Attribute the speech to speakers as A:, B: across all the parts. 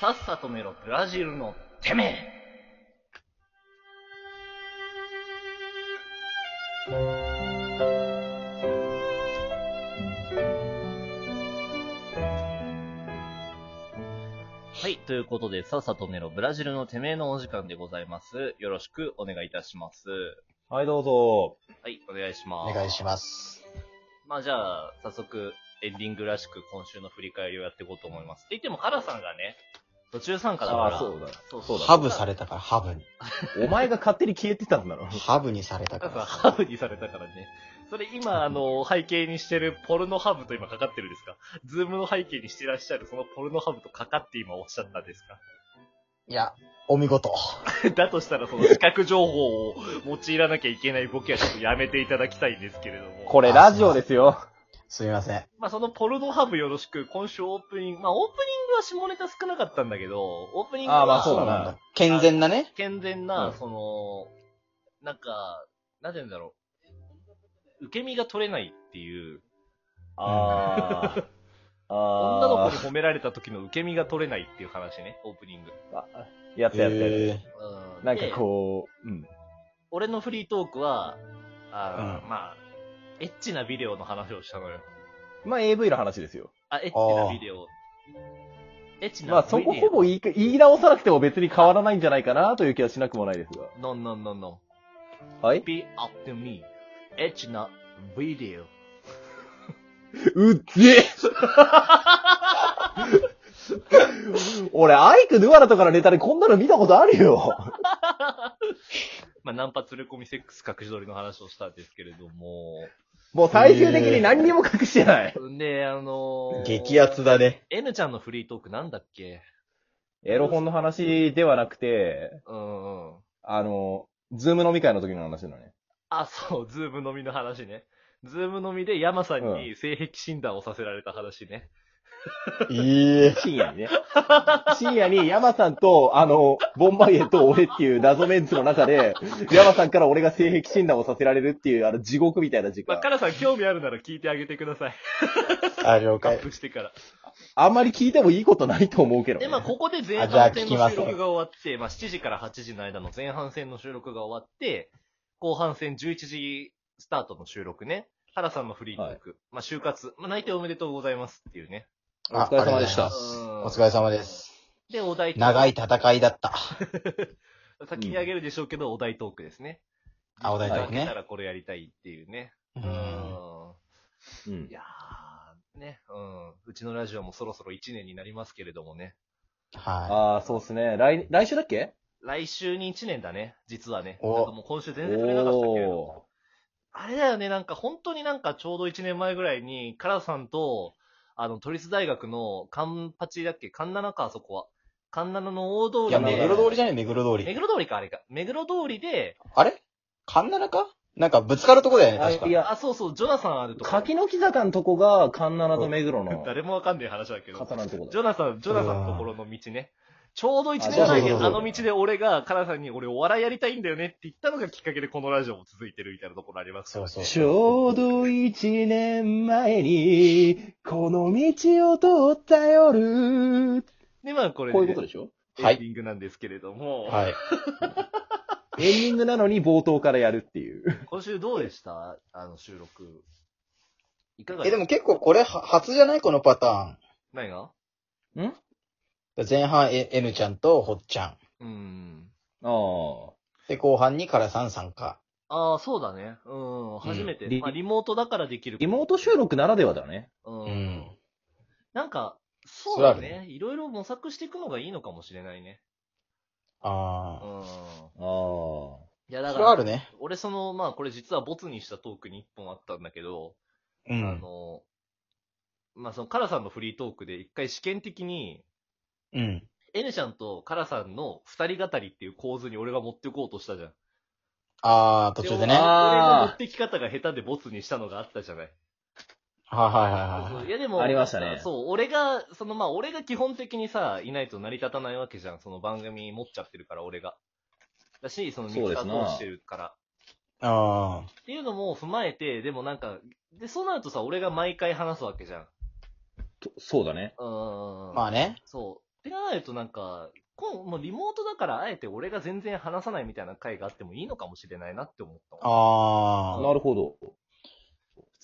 A: さっさとめろ、ブラジルのてめえはい、ということで、さっさとめろ、ブラジルのてめえのお時間でございます。よろしくお願いいたします。
B: はい、どうぞ。
A: はい、お願いし
C: お
A: ます。
C: 願いします。
A: まあじゃあ、早速、エンディングらしく今週の振り返りをやっていこうと思います。って言っても、カラさんがね、途中参加だから。
B: あそうだ
A: そう
B: そうだ
C: ハブされたから、ハブに。
B: お前が勝手に消えてたんだろ。
C: ハブにされた
A: カラ
C: か
A: さんハ
C: ら。
A: ブにされたからね。それ今、あの、背景にしてるポルノハブと今かかってるんですかズームの背景にしてらっしゃるそのポルノハブとかかって今おっしゃったんですか
C: いや、お見事。
A: だとしたらその視覚情報を用いらなきゃいけないボケはちょっとやめていただきたいんですけれども。
B: これラジオですよ。
C: すみません。
A: まあそのポルノハブよろしく、今週オープニング、まあオープニングは下ネタ少なかったんだけど、オープニングは
B: あーまあそうだな。
C: 健全なね。
A: 健全な、
B: うん
A: その、なんか、なんて言うんだろう。受け身が取れないっていう、
B: あー。
A: 女の
B: あ
A: 子に褒められた時の受け身が取れないっていう話ね、オープニング。
B: ー。あやったやったやっ
C: え
A: う
B: た。なんかこう、うん。
A: う。俺のフリートークは、あー
C: う
A: まあ、エッチなビデオの話をしたのよ。
B: まあ AV の話ですよ。
A: あ、エッチなビデオ。エッチ
B: ま
A: な
B: あそ
A: ビデオ。
B: こほぼ言い言い直さなくても別に変わらないんじゃないかなという気はしなくもないですが。
A: ノンノンノンノン。
B: はい。
A: be up to me. エッチなビデオ。
B: うっぜ俺、アイク・ヌアラとかのネタでこんなの見たことあるよ。
A: まあ、ナンパ連れ込みセックス隠し撮りの話をしたんですけれど も。
B: もう最終的に何にも隠してない。
A: で、あのー、
C: 激アツだね。
A: N ちゃんのフリートークなんだっけ
B: エロ本の話ではなくて、
A: うんうん。
B: あの、ズーム飲み会の時の話だね。
A: あ、そう、ズーム飲みの話ね。ズーム飲みで山さん
B: う
A: に性癖診断をさせられた話ね。
C: いい。
B: 深夜にね。 深夜に山さんと、あの、ボンバイエと俺っていう謎メンツの中で、山さんから俺が性癖診断をさせられるっていう、あの、地獄みたいな時
A: まあ、
B: 間。
A: カラさん興味あるなら聞いてあげてください。
C: あ、了
A: アッ
C: 解。
A: プしてから。
B: あんまり聞いてもいいことないと思うけど、ね。
A: で、まあ、ここで前
C: あ
A: 半
C: じゃ
A: 戦
C: あ聞き
A: の
C: ま
A: 収
C: す
A: 録が終わって、まあ、7時から8時の間の前半戦の収録が終わって、後半戦11時スタートの収録ね。原さんのフリートーク。まあ、就活。まあ、内定おめでとうございますっていうね。
B: お疲れ様でした
C: あありがとうございます
A: うん
C: お疲れ様です。
A: で、お題トーク
C: 長い戦いだった。
A: 先にあげるでしょうけど、お題トークですね。
C: あお題
B: トー
C: クね
A: 開けたらこれやりたいっていうね。
C: う。
A: うん
B: う
A: い
B: ん。
A: やー、ね、うん。うちのラジオもそろそろ1年になりますけれどもね。
C: は
B: ああ、そうっすね。来、来週だっけ
A: 来週に1年だね、実はね。
C: お
A: なんかもう今週全然触れなかったけれど。
B: お
A: あれだよね、なんか本当になんかちょうど1年前ぐらいに、カラさんと、あの、都立大学のカンパチだっけカンナナか、あそこは。カンナナの大通り
C: い。い
A: で
C: や、
B: ね
C: 目黒通りじゃない目黒通
A: 目
C: り。
A: 黒通りか、あれか。目黒通りで、
C: あれカンナラかなんかぶつかるとこだよね、
B: ー。
C: 確か
B: あい。や、
A: あ、そうそう、ジョナサンあるとこ
B: 柿の木坂のとこが、カンナナと目黒の
A: 誰もわかんない話だけど。
B: 刀のとこ
A: ジ
B: だよ。
A: ョナサン、ジョナサンのところの道ね。ちょうど1年
B: あそう
A: 前
B: そ
A: に
B: うそう
A: あの道で俺が、カナさんに俺お笑いやりたいんだよねって言ったのがきっかけでこのラジオも続いてるみたいなところありますか
C: そ
A: ら
C: うそう。
B: ちょうど一年前に、この道を通った夜。
A: で、まあこれ、
B: こういうことでしょ
A: エンディングなんですけれども、
C: はい。
B: エンディングなのに冒頭からやるっていう。
A: 今週どうでしたあの収録。いかがで
C: え、ですも
A: か
C: 結構これは初じゃないこのパタ
A: 何が
C: ーン。前半、え N ちゃんとほっちゃん。
A: うーん。
B: あ
C: で、後半にからさん参加。
A: ああ、そうだね。うん。初めて。
B: リ
A: まあ、リモートだからできる。
B: リモート収録ならではだね。
A: うん。
C: うん
A: なんか、そうだ
C: それあ
A: ね。いろいろ模索していくのがいいのかもしれないね。う
C: あ
A: ん。
B: ああ。
A: いや、
C: あ。
A: だ
C: そ
A: から
C: れはあ、るね。
A: 俺その、まあこれ実はボツにしたトークに一本あったんだけど、
C: う
A: あ
C: ん。
A: の、まあそのカラさんのフリートークで一回試験的に、
C: うん。
A: N ちゃんとカラさんの二人語りっていう構図に俺が持ってこうとしたじゃん。
C: ああ、途中でね。
A: も
C: は
A: 俺
B: あー
A: の持ってき方が下手でボツにしたのがあったじゃない。
C: いはいはいはい
A: い。やでも、
B: ありましたね
A: そう、俺が、そのまあ俺が基本的にさ、いないと成り立たないわけじゃん。その番組持っちゃってるから俺が。だし、そのミキサ
B: そうですな
A: ー通してるから。
C: あ
A: っていうのも踏まえて、でもなんか、で、そうなるとさ、俺が毎回話すわけじゃん。
B: とそうだね。
A: うー
C: あ。
A: ん。
C: まあね。
A: そう。ってなえるとなんか、こうもうリモートだからあえて俺が全然話さないみたいな回があってもいいのかもしれないなって思ったわ
C: あ
B: なるほど。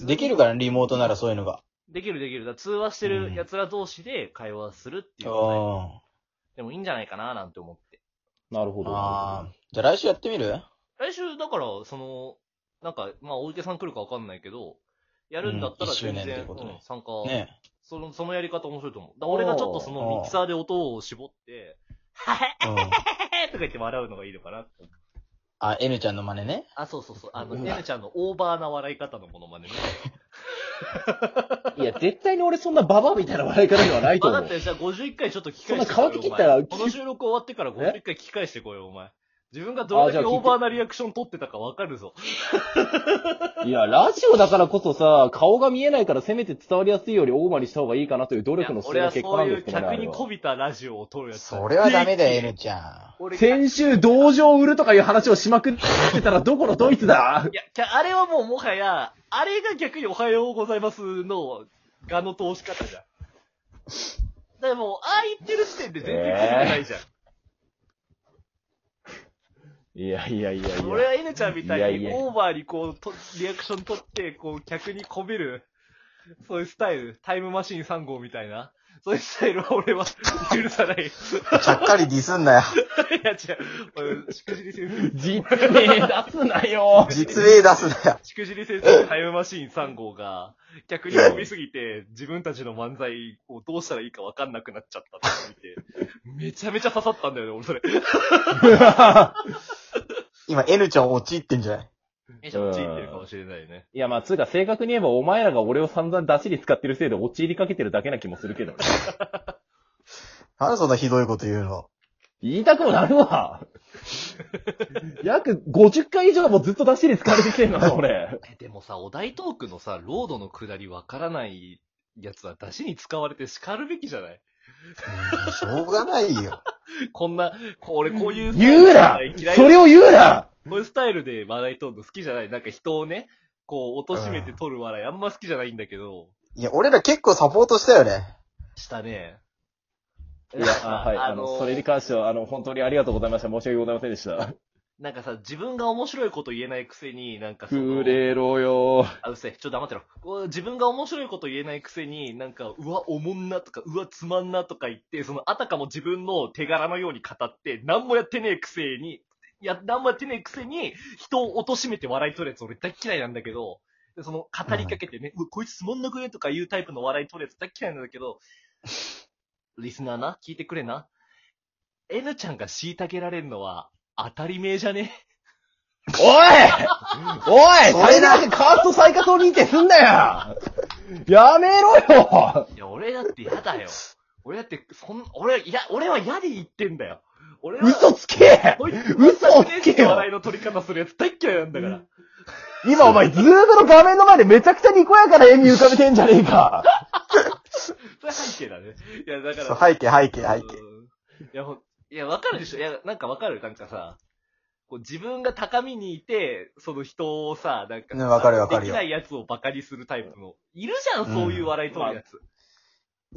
C: あ。できるからリモートならそういうのが。
A: できるできる。だから通話してる奴ら同士で会話するっていうのがね、
C: あ
A: でもいいんじゃないかななんて思って。
B: なるほ
C: あ。
B: ど。
C: ああ。じゃあ来週やってみる
A: 来週、だから、その、なんか、まあ、大池さん来るかわかんないけど、やるんだったら
C: うん一周
A: 全
C: 年
A: 然、
C: ってことね
A: うん参加、
C: ね
A: その、そのやり方面白いと思う。だから俺がちょっとそのミキサーで音を絞って、はへ
C: え。うん。
A: へとか言って笑うのがいいのかなって思う
C: あ、N ちゃんの真似ね。
A: あ、そうそうそう。あの、
B: うん
A: ねるちゃんのオーバーな笑い方のものまねね。
B: いや、絶対に俺そんなババアみたいな笑い方ではないと
A: 分かっ
B: 思 う
A: た。よ。じゃあ51回ちょっと聞き
B: そ
A: 返
B: んな
A: してこいよ
B: 乾ききったら
A: お前この収録終わってから51回聞き返してこいよ、お前。自分がどれだ
B: あ
A: け
B: じゃあ聞い
A: オ
B: て
A: ーバーなリアクション取ってたかわかるぞ。
B: いや、ラジオだからこそさ、顔が見えないからせめて伝わりやすいよりオーバーにした方がいいかなという努力の
A: いや俺
B: 末の
A: はそう
B: 結果な
A: んい
B: で
A: う
B: すけど
A: 客
B: ね。
A: に
B: あれは
A: 媚びたラジオを撮るやつ。
C: それはダメだよ、N ちゃ
A: 俺い
B: 先週同情売るとかいう話をしまくってたらどこのドイツだ
A: や、きゃあれはもうもはや、あれが逆におはようございますの、がの通し方じゃん。でも、ああ言ってる時点で全然媚びてないじゃん。
B: いやいやいやいや。
A: 俺は N ちゃんみた
B: いや
A: い
B: い
A: に
B: や
A: オーバーにこうと、リアクション取って、こう、客にこびる、そういうスタイル、タイムマシーン3号みたいな、そういうスタイルは俺は許さない。い
C: ん。ちゃっかりディスんなよ。
A: や、違う。俺しくじり先生、
B: 実名出すなよ
C: 実例出すなよ。
A: しくじり先生のタイムマシーン3号が、客にこびすぎて、自分たちの漫才をどうしたらいいかわかんなくなっちゃったって見て、めちゃめちゃ刺さったんだよね、俺それ。
C: 今、N ちゃん陥ってんじゃない
A: めちゃめちゃ言ってるかもしれないね。
B: いや、まあ、つうか正確に言えばお前らが俺を散々出しに使ってるせいで陥りかけてるだけな気もするけど。
C: なんでそんなひどいこと言うの
B: 言いたくもなる わ。約50回以上はもうずっと出しに使われてきてんの、俺。
A: えでもさ、お題トークのさ、ロードの下りわからないやつは出汁に使われて叱るべきじゃない
C: うんしょうがないよ。
A: こんな、こ俺こういうスタイル
B: 言うな
A: 嫌い
B: それを言うな
A: こういうスタイルで笑い取るの好きじゃない。なんか人をね、こう、貶めて取る笑いあんま好きじゃないんだけど、
C: いや、俺ら結構サポートしたよね。
A: したね。
B: いや、あはい、あの、それに関しては、あの、本当にありがとうございました。申し訳ございませんでした。
A: なんかさ、自分が面白いこと言えないくせに、なんかその
B: くれろよ。
A: あ、うっせえ、ちょっと黙ってろ。こう自分が面白いこと言えないくせに、なんか、うわ、おもんなとか、うわ、つまんなとか言って、その、あたかも自分の手柄のように語って、何もやってねえくせに、いや、何もやってねえくせに、人を貶めて笑い取るやつ俺大っ嫌いなんだけど、でその、語りかけてね、うわ、こいつつまんなくねとかいうタイプの笑い取るやつ大っ嫌いなんだけど、リスナーな、聞いてくれな。N ちゃんが虐げられるのは、当たり前じゃね
B: おいおい
C: それだ
B: 最大カースト最下層認定すんなよやめろよ
A: いや、俺だって嫌だよ。 俺だって、そん、俺、いや、俺は嫌で言ってんだよ。俺は、
B: 嘘つけ
A: こいつ
B: 嘘をつけよ
A: 笑いの取り方するやつ大っ嫌いなんだから。
B: 今お前ズームの画面の前でめちゃくちゃにこやかな笑み浮かべてんじゃねえか
A: それ背景だね。いや、だか
C: そう
A: ら。
C: 背景、背景、背景。
A: うんいや、ほん、いや、わかるでしょいや、なんかわかるなんかさ、こう自分が高みにいて、その人をさ、なんか、
C: うんわかるわかる
A: で
C: よ
A: きないやつをバカにするタイプの。いるじゃん、
C: うん
A: そういう笑い取るやつ。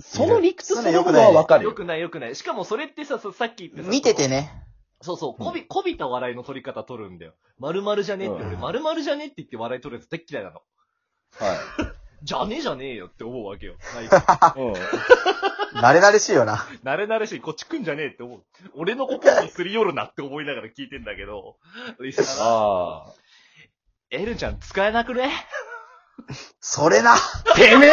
B: その理屈
C: そ
B: そ
C: れ良
B: の
C: く
B: も
C: ない
B: のはわかる
A: よ
B: よ。
A: くないよくない。しかもそれってさ、ささっき言ってさ、
C: 見ててね。
A: そうそう、こび、こびた笑いの取り方取るんだよ。丸々じゃねえって、
B: うん
A: 俺、丸々じゃねえって言って笑い取るやつ大っ嫌いなの。
B: は
A: じゃねえじゃねえよって思うわ けよ。なんか
B: い。うん。
C: 慣れ慣れしいよな。
A: 慣れ慣れしい、こっち来んじゃねえって思う。俺のことをすり寄るなって思いながら聞いてんだけ ど、リスナー
B: ああ。
A: エルちゃん使えなくね
C: それな。
B: てめえ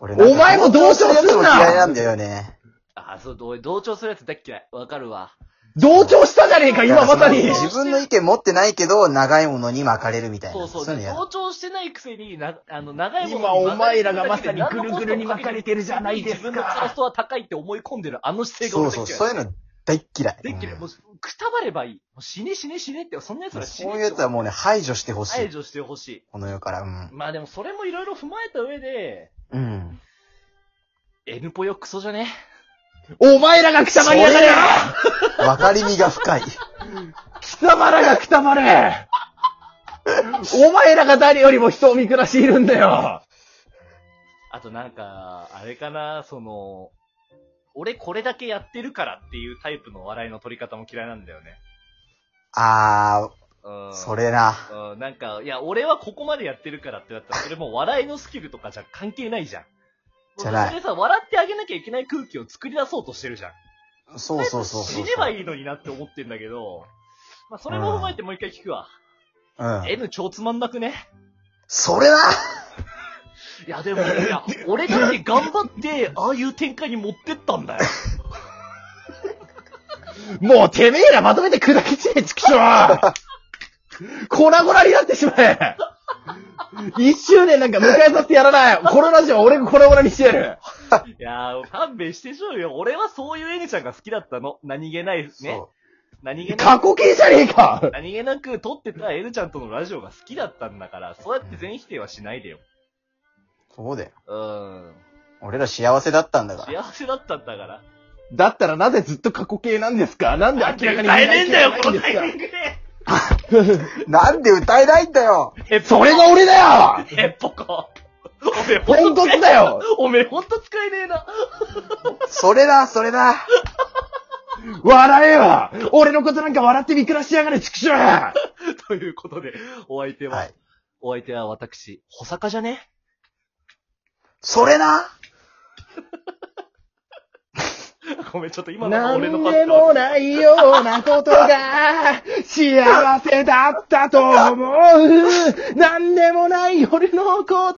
C: 俺なんか
B: お前も同調すんな
C: やつも嫌いなんだよね。
A: ああ、そう、俺同調するやつ大っ嫌い。わかるわ。
B: 同調したじゃねえか、今まさに
C: だからその自分の意見持ってないけど、長いものに巻かれるみたいな。
A: そうそう、
C: いうのやだ
A: 同調してないくせに、な、あの、長いものに
B: 今お前らがま
A: 巻か
B: さ
A: れ
B: に
A: て
B: ぐるぐるに巻かれてるじゃないです
A: 自分のコス
B: か。
A: トは高いって思い込んでるあの姿勢が
C: そ
A: 俺大っ
C: うそう、
A: 嫌い
C: そういうの大っ嫌い。
A: でっきり、
C: うん
A: もう、くたばればいい。もう死ね死ね死ねって、そんな奴ら死
C: そ
A: ね
C: ういうやつはもうね、排除してほし
A: 排
C: い。
A: 除してほしい。
C: この世から。うん。
A: まあでもそれもいろいろ踏まえた上で、
C: うん。
A: N ぽよクソじゃね
B: お前らがくたばりやがれ
C: わかりみが深い。
B: 貴様らがくたばれお前らが誰よりも人を見下しているんだよ
A: あとなんか、あれかな、その、俺これだけやってるからっていうタイプの笑いの取り方も嫌いなんだよね。
C: あ
A: う
C: ー、
A: ん。
C: それな。
A: うん、なんか、いや、俺はここまでやってるからってなったら、それもう笑いのスキルとかじゃ関係ないじゃん。
C: じゃない
A: それでさ、笑ってあげなきゃいけない空気を作り出そうとしてるじゃん。
C: そうそうそうそう。
A: 死ねばいいのになって思ってんだけど、まあ、それも踏まえてもう一回聞くわ。
C: うん。
A: N 超つまんなくね
C: それな
A: いや、でも、いや、俺だって頑張って、ああいう展開に持ってったんだよ。
B: もうてめえらまとめて砕き散れ、ちくしょう粉々になってしまえ一周年なんか迎えさせてやらないこのラジオは俺が粉々にしてやる
A: いやー、勘弁してしょうよ。俺はそういう N ちゃんが好きだったの。何気ない、ね。
C: そ
A: 何気な
B: 過
A: く、
B: 去形じゃねえか
A: 何気なく撮ってた N ちゃんとのラジオが好きだったんだから、そうやって全否定はしないでよ。
C: う。そうだよ。
A: うん。
C: 俺ら幸せだったんだから。
A: 幸せだったんだから。
B: だったらなぜずっと過去形なんですかなんで明らかに
A: 歌えねえんだよ、こ
B: こ
A: の
B: の
A: タイミングで。
C: なんで歌えないんだよ
A: え、
B: それが俺だよ
A: え、ポコ。おめえ、
B: ポンコツだよ
A: おめえ、ほんと使えねえな。
C: それだ、それだ。
B: 笑えよ俺のことなんか笑って見下しやがれ、ちくしょう
A: ということで、お相手は、
C: はい。
A: お相手は私、保坂じゃね
C: それな
A: ごめん、ちょっと今のが
B: な
A: 俺の
B: ん
A: パ
B: で
A: スタを
B: もないようなことが幸せだったと思う。なんでもない俺のこと